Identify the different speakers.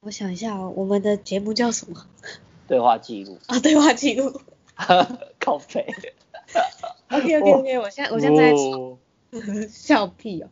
Speaker 1: 我想一下哦，我们的节目叫什么？
Speaker 2: 对话记录，
Speaker 1: 啊，对话记录。
Speaker 2: 靠背。
Speaker 1: OK OK OK，我现在我现在在
Speaker 2: 哦
Speaker 1: 笑屁哦。